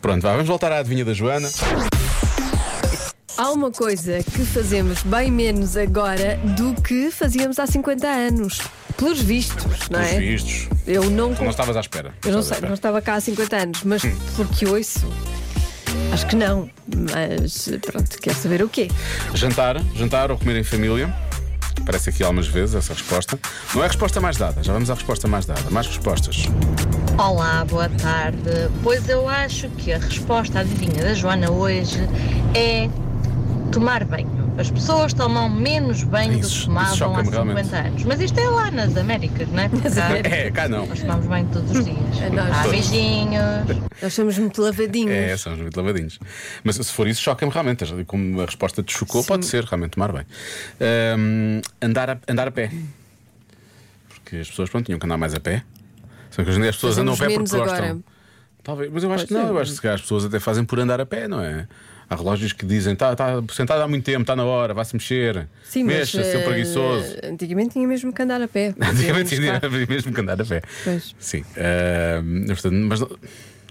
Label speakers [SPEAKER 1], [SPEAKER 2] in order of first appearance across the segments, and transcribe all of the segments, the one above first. [SPEAKER 1] Pronto, vá, vamos voltar à adivinha da Joana.
[SPEAKER 2] Há uma coisa que fazemos bem menos agora do que fazíamos há 50 anos. Pelos vistos, não
[SPEAKER 1] Os
[SPEAKER 2] é?
[SPEAKER 1] vistos.
[SPEAKER 2] Eu não.
[SPEAKER 1] Não estavas à espera.
[SPEAKER 2] Eu não
[SPEAKER 1] estavas à
[SPEAKER 2] sei,
[SPEAKER 1] espera.
[SPEAKER 2] não estava cá há 50 anos,
[SPEAKER 1] Hum.
[SPEAKER 2] mas porque ouço. Acho que não, mas pronto, quer saber o quê?
[SPEAKER 1] Jantar, jantar ou comer em família. Aparece aqui algumas vezes essa resposta. Não é a resposta mais dada, já vamos à resposta mais dada. Mais respostas.
[SPEAKER 3] Olá, boa tarde. Pois eu acho que a resposta adivinha da Joana hoje é tomar banho. As pessoas tomam menos banho do
[SPEAKER 1] Isso-
[SPEAKER 3] que
[SPEAKER 1] isso
[SPEAKER 3] tomavam há
[SPEAKER 1] choca-me
[SPEAKER 3] 50
[SPEAKER 1] realmente.
[SPEAKER 3] anos. Mas isto é lá nas Américas, não é? Porque
[SPEAKER 2] Nas
[SPEAKER 3] cá
[SPEAKER 2] Américas.
[SPEAKER 1] É, cá não.
[SPEAKER 3] nós tomamos banho todos os dias.
[SPEAKER 2] É nós.
[SPEAKER 3] Ah,
[SPEAKER 2] Todos.
[SPEAKER 3] beijinhos.
[SPEAKER 2] Nós somos muito lavadinhos.
[SPEAKER 1] É, são os muito lavadinhos. Mas se for isso, choca-me realmente. Como a resposta te chocou, pode ser, realmente, tomar bem. Ahm, andar, a, andar a pé. Porque as pessoas pronto, tinham que andar mais a pé. Só que hoje em dia as pessoas
[SPEAKER 2] Fazemos
[SPEAKER 1] andam a pé porque
[SPEAKER 2] menos agora.
[SPEAKER 1] gostam. Talvez, mas eu acho
[SPEAKER 2] Pode
[SPEAKER 1] que não,
[SPEAKER 2] ser.
[SPEAKER 1] eu acho que se calhar as pessoas até fazem por andar a pé, não é? Há relógios que dizem, está tá, sentado há muito tempo, está na hora, vai-se mexer,
[SPEAKER 2] Sim, mas,
[SPEAKER 1] mexa, seu
[SPEAKER 2] eh,
[SPEAKER 1] preguiçoso.
[SPEAKER 2] Antigamente tinha mesmo que andar a pé.
[SPEAKER 1] Antigamente
[SPEAKER 2] Fazíamos,
[SPEAKER 1] tinha
[SPEAKER 2] claro.
[SPEAKER 1] mesmo que andar a pé.
[SPEAKER 2] Pois.
[SPEAKER 1] Sim. Ahm, portanto, mas não, não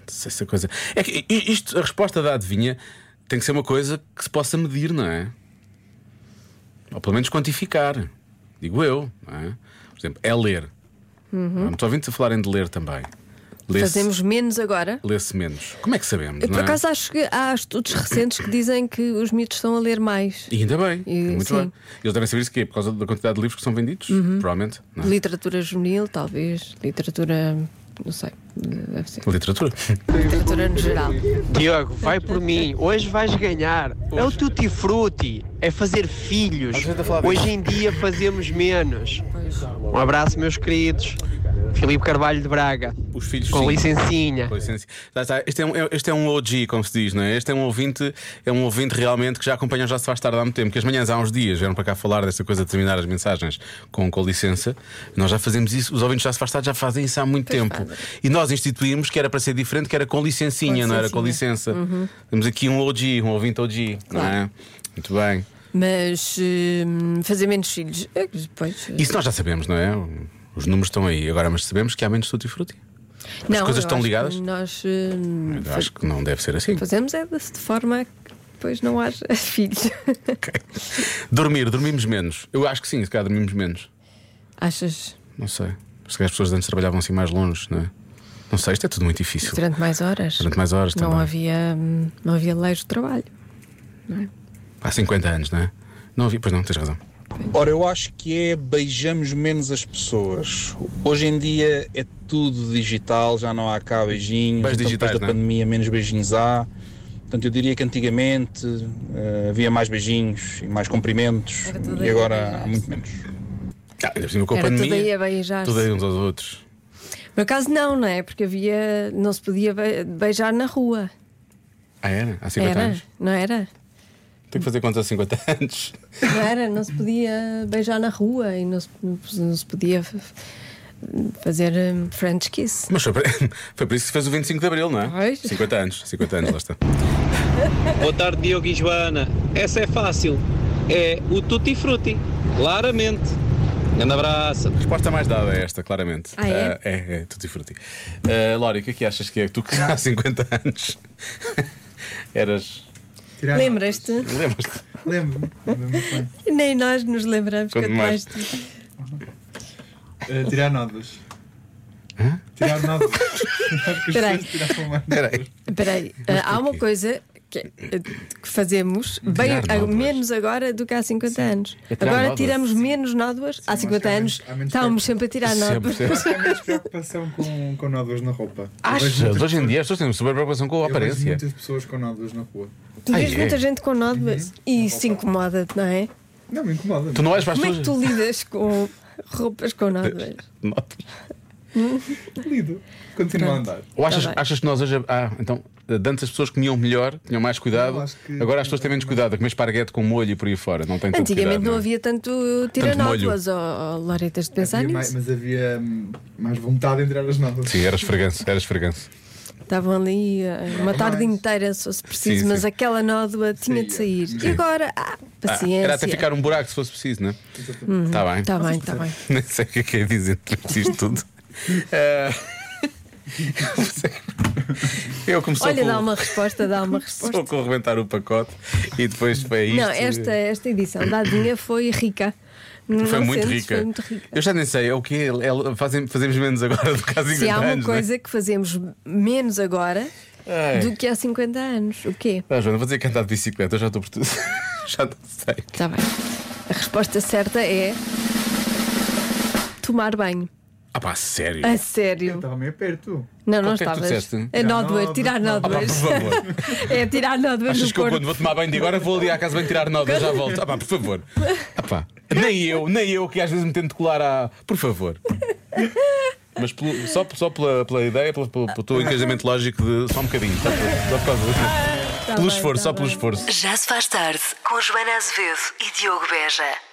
[SPEAKER 1] sei se essa coisa. É que i- isto, a resposta da adivinha tem que ser uma coisa que se possa medir, não é? Ou pelo menos quantificar. Digo eu, não é? Por exemplo, é ler. Há muitos ouvintes a falarem de ler também. Lê-se
[SPEAKER 2] Uhum. Fazemos menos agora.
[SPEAKER 1] lê-se menos. Como é que sabemos?
[SPEAKER 2] Eu,
[SPEAKER 1] não
[SPEAKER 2] por
[SPEAKER 1] é?
[SPEAKER 2] acaso acho que há estudos recentes que dizem que os miúdos estão a ler mais.
[SPEAKER 1] E ainda bem, é
[SPEAKER 2] E-
[SPEAKER 1] muito
[SPEAKER 2] sim. Uhum.
[SPEAKER 1] bem. Eles devem saber isso que é por causa da quantidade de livros que são vendidos, provavelmente. Não é?
[SPEAKER 2] Literatura juvenil, talvez. Literatura. Não sei. Deve ser.
[SPEAKER 1] Literatura.
[SPEAKER 2] Literatura no geral.
[SPEAKER 4] Diogo, vai por mim. Hoje vais ganhar. É o tutti frutti. É fazer filhos.
[SPEAKER 1] Às vezes eu falava
[SPEAKER 4] Hoje em dia fazemos menos. Um abraço, meus queridos. Filipe Carvalho de Braga.
[SPEAKER 1] Os filhos.
[SPEAKER 4] Com
[SPEAKER 1] sim.
[SPEAKER 2] É.
[SPEAKER 4] licencinha.
[SPEAKER 1] Com licença. Lá está. Este, é um, é- este é um OG, como se diz, não é? Este é um ouvinte, é um ouvinte realmente que já acompanha o já se faz tarde há muito tempo, que as manhãs há uns dias vieram para cá falar dessa coisa de terminar as mensagens com, com licença. Nós já fazemos isso, os ouvintes já se faz tarde já fazem isso há muito tempo. E nós instituímos que era para ser diferente, que era com licencinha,
[SPEAKER 2] Com
[SPEAKER 1] não era com
[SPEAKER 2] licencinha. Uhum.
[SPEAKER 1] licença. Temos aqui um OG, um ouvinte OG, não é? Muito bem.
[SPEAKER 2] Mas hum, fazer menos filhos. eh, Pois. eh,
[SPEAKER 1] Isso nós já sabemos, não é? Os números estão aí agora, mas sabemos que há menos tutti frutti.
[SPEAKER 2] não,
[SPEAKER 1] coisas
[SPEAKER 2] eu
[SPEAKER 1] estão
[SPEAKER 2] acho que
[SPEAKER 1] ligadas?
[SPEAKER 2] Nós hum,
[SPEAKER 1] Eu acho que não deve ser assim.
[SPEAKER 2] fazemos é de de forma que depois não haja filhos.
[SPEAKER 1] Dormir, dormimos menos. Eu acho que sim, se calhar dormimos menos.
[SPEAKER 2] Achas
[SPEAKER 1] Não sei. Se calhar as pessoas de antes trabalhavam assim mais longe, não é? Não sei, isto é tudo muito difícil.
[SPEAKER 2] durante mais horas?
[SPEAKER 1] Durante mais horas
[SPEAKER 2] não
[SPEAKER 1] também.
[SPEAKER 2] havia, hum, não havia leis de trabalho.
[SPEAKER 1] Há 50 anos, não é? Não havia, pois não, tens razão.
[SPEAKER 5] Ora, eu acho que é beijamos menos as pessoas. Hoje em dia é tudo digital, já não há cá beijinhos.
[SPEAKER 1] Beijos
[SPEAKER 5] então,
[SPEAKER 1] digitais,
[SPEAKER 5] depois da
[SPEAKER 1] não é?
[SPEAKER 5] pandemia, menos beijinhos há. Portanto, eu diria que antigamente eh, havia mais beijinhos e mais cumprimentos
[SPEAKER 2] Era tudo
[SPEAKER 5] e
[SPEAKER 2] aí é? a
[SPEAKER 5] agora
[SPEAKER 2] beijar-se.
[SPEAKER 5] há muito menos.
[SPEAKER 1] Ah, ainda por cima com a
[SPEAKER 2] Era tudo
[SPEAKER 1] pandemia.
[SPEAKER 2] aí a beijar-se.
[SPEAKER 1] tudo aí uns aos outros.
[SPEAKER 2] Por acaso não, não é? Porque havia. não se podia be- beijar na rua.
[SPEAKER 1] Ah, era? Há 50
[SPEAKER 2] Era?
[SPEAKER 1] anos?
[SPEAKER 2] Não era?
[SPEAKER 1] Tenho que fazer contas há 50 anos.
[SPEAKER 2] Não era? Não se podia beijar na rua e não se, não se podia f- fazer hum, French kiss.
[SPEAKER 1] Mas foi, por- foi por isso que se fez o 25 de Abril, não é?
[SPEAKER 2] Pois.
[SPEAKER 1] 50 anos, 50 anos, lá está.
[SPEAKER 6] Boa tarde, Diogo e Joana. Essa é fácil. É o Tutti Frutti. Claramente. Grande abraço.
[SPEAKER 1] A resposta mais dada é esta, claramente.
[SPEAKER 2] Ah, é?
[SPEAKER 1] Ah, é, é, tudo frutti. Ah, Lori, o que é que achas que é? Tu que há 50 anos eras.
[SPEAKER 7] Tirar-
[SPEAKER 2] Lembras-te?
[SPEAKER 1] Lembras-te?
[SPEAKER 7] Lembro-me. lembro-me muito bem.
[SPEAKER 2] Nem nós nos lembramos
[SPEAKER 1] Quanto
[SPEAKER 2] quanto mais.
[SPEAKER 1] mais.
[SPEAKER 2] tu.
[SPEAKER 7] Eh, tirar notas. Tirar notas. Acho que as
[SPEAKER 2] Peraí.
[SPEAKER 7] pessoas tiravam mais
[SPEAKER 1] Espera
[SPEAKER 7] notas.
[SPEAKER 1] aí.
[SPEAKER 2] Espera aí, ah, há uma coisa que, eh, que fazemos bem,
[SPEAKER 1] Tirar
[SPEAKER 2] ah,
[SPEAKER 1] nódoas.
[SPEAKER 2] menos agora do que há 50 anos.
[SPEAKER 1] É tirar
[SPEAKER 2] Agora
[SPEAKER 1] nódoas.
[SPEAKER 2] tiramos menos nódoas. há 50
[SPEAKER 7] há
[SPEAKER 2] anos
[SPEAKER 7] menos- há menos
[SPEAKER 2] estávamos sempre a tirar nódoas.
[SPEAKER 1] Sempre, sempre.
[SPEAKER 7] Há menos preocupação com, com nódoas na roupa. Eu vejo
[SPEAKER 1] Achas?
[SPEAKER 7] muitas-
[SPEAKER 1] Hoje em dia as pessoas têm uma super preocupação com a
[SPEAKER 7] eu vejo
[SPEAKER 1] aparência.
[SPEAKER 7] muitas pessoas com nódoas na rua.
[SPEAKER 2] Tu
[SPEAKER 1] Ah,
[SPEAKER 2] vês
[SPEAKER 1] é?
[SPEAKER 2] muita gente com nódoas
[SPEAKER 7] Uhum.
[SPEAKER 2] e isso incomoda-te, não é?
[SPEAKER 7] Não, me incomoda.
[SPEAKER 1] Tu não és para as
[SPEAKER 2] Como é que
[SPEAKER 1] pessoas.
[SPEAKER 2] tu lidas com roupas com nódoas?
[SPEAKER 1] Notas.
[SPEAKER 7] Lido. é Continua a andar.
[SPEAKER 1] Ou achas,
[SPEAKER 2] Tá bem.
[SPEAKER 1] achas que nós hoje. Ah, então, de antes as pessoas comiam melhor, tinham mais cuidado.
[SPEAKER 7] Eu acho que-
[SPEAKER 1] Agora as pessoas têm menos cuidado, a comer esparguete com molho e por aí fora. Não tem tanto
[SPEAKER 2] Antigamente
[SPEAKER 1] cuidado,
[SPEAKER 2] não
[SPEAKER 1] é?
[SPEAKER 2] havia tanto tiranópolis, ó oh, Loreta, de pensar
[SPEAKER 7] Havia mais-
[SPEAKER 2] nisso.
[SPEAKER 7] mas havia hum, mais vontade em tirar as nódoas.
[SPEAKER 1] Sim, eras freganço, eras freganço.
[SPEAKER 2] Estavam ali eh, uma
[SPEAKER 7] Não,
[SPEAKER 2] tarde
[SPEAKER 7] mais.
[SPEAKER 2] inteira, se fosse preciso,
[SPEAKER 1] Sim,
[SPEAKER 2] mas
[SPEAKER 1] sim. é.
[SPEAKER 2] aquela nódoa tinha de sair. E agora, ah,
[SPEAKER 1] Ah,
[SPEAKER 2] paciência.
[SPEAKER 1] era até ficar um buraco se fosse preciso, não é? Está bem.
[SPEAKER 2] Está bem, está bem.
[SPEAKER 1] Nem sei o que é que é dizer entre isto tudo. Ah, Eu comecei
[SPEAKER 2] Olha,
[SPEAKER 1] com...
[SPEAKER 2] dá uma resposta, dá uma resposta.
[SPEAKER 1] Só com arrebentar o pacote e depois foi isto.
[SPEAKER 2] Não, esta, esta edição da Adinha foi rica.
[SPEAKER 1] Foi
[SPEAKER 2] Não
[SPEAKER 1] muito,
[SPEAKER 2] sentes?
[SPEAKER 1] rica.
[SPEAKER 2] Foi muito rica.
[SPEAKER 1] Eu já nem sei, é o quê? É- fazem- fazemos menos agora do que há 50
[SPEAKER 2] Se há uma
[SPEAKER 1] anos, né? é?
[SPEAKER 2] coisa que fazemos menos agora
[SPEAKER 1] Ai.
[SPEAKER 2] do que há 50 anos, o quê?
[SPEAKER 1] Não é? Ah, Joana, vou dizer que andar de bicicleta, eu já estou por tudo. já não sei.
[SPEAKER 2] Está Tá bem. A resposta certa é tomar banho.
[SPEAKER 1] Ah pá, sério.
[SPEAKER 2] A
[SPEAKER 7] Eu
[SPEAKER 2] sério.
[SPEAKER 7] estava meio perto.
[SPEAKER 2] Não, não
[SPEAKER 1] Quanto é que tu
[SPEAKER 2] estavas.
[SPEAKER 1] disseste?
[SPEAKER 2] É nódoas,
[SPEAKER 7] Não,
[SPEAKER 2] tirar
[SPEAKER 1] Ah, pá, por
[SPEAKER 2] nódoas.
[SPEAKER 1] favor.
[SPEAKER 2] É tirar nódoas
[SPEAKER 1] Achas
[SPEAKER 2] do
[SPEAKER 1] que eu quando
[SPEAKER 2] corpo.
[SPEAKER 1] vou tomar banho de agora vou ali à casa bem tirar nódoas, já volto. Ah pá, por favor. Ah pá, nem eu, nem eu que às vezes me tento colar à. Por favor. Mas pelo- só, só pela, pela ideia, pelo, pelo, pelo teu encorajamento lógico de só um bocadinho, só por, só por causa disso.
[SPEAKER 2] Tá
[SPEAKER 1] Pelo
[SPEAKER 2] bem,
[SPEAKER 1] esforço,
[SPEAKER 2] tá
[SPEAKER 1] só pelo
[SPEAKER 2] bem.
[SPEAKER 1] esforço.
[SPEAKER 8] Já se faz tarde com Joana Azevedo e Diogo Beja.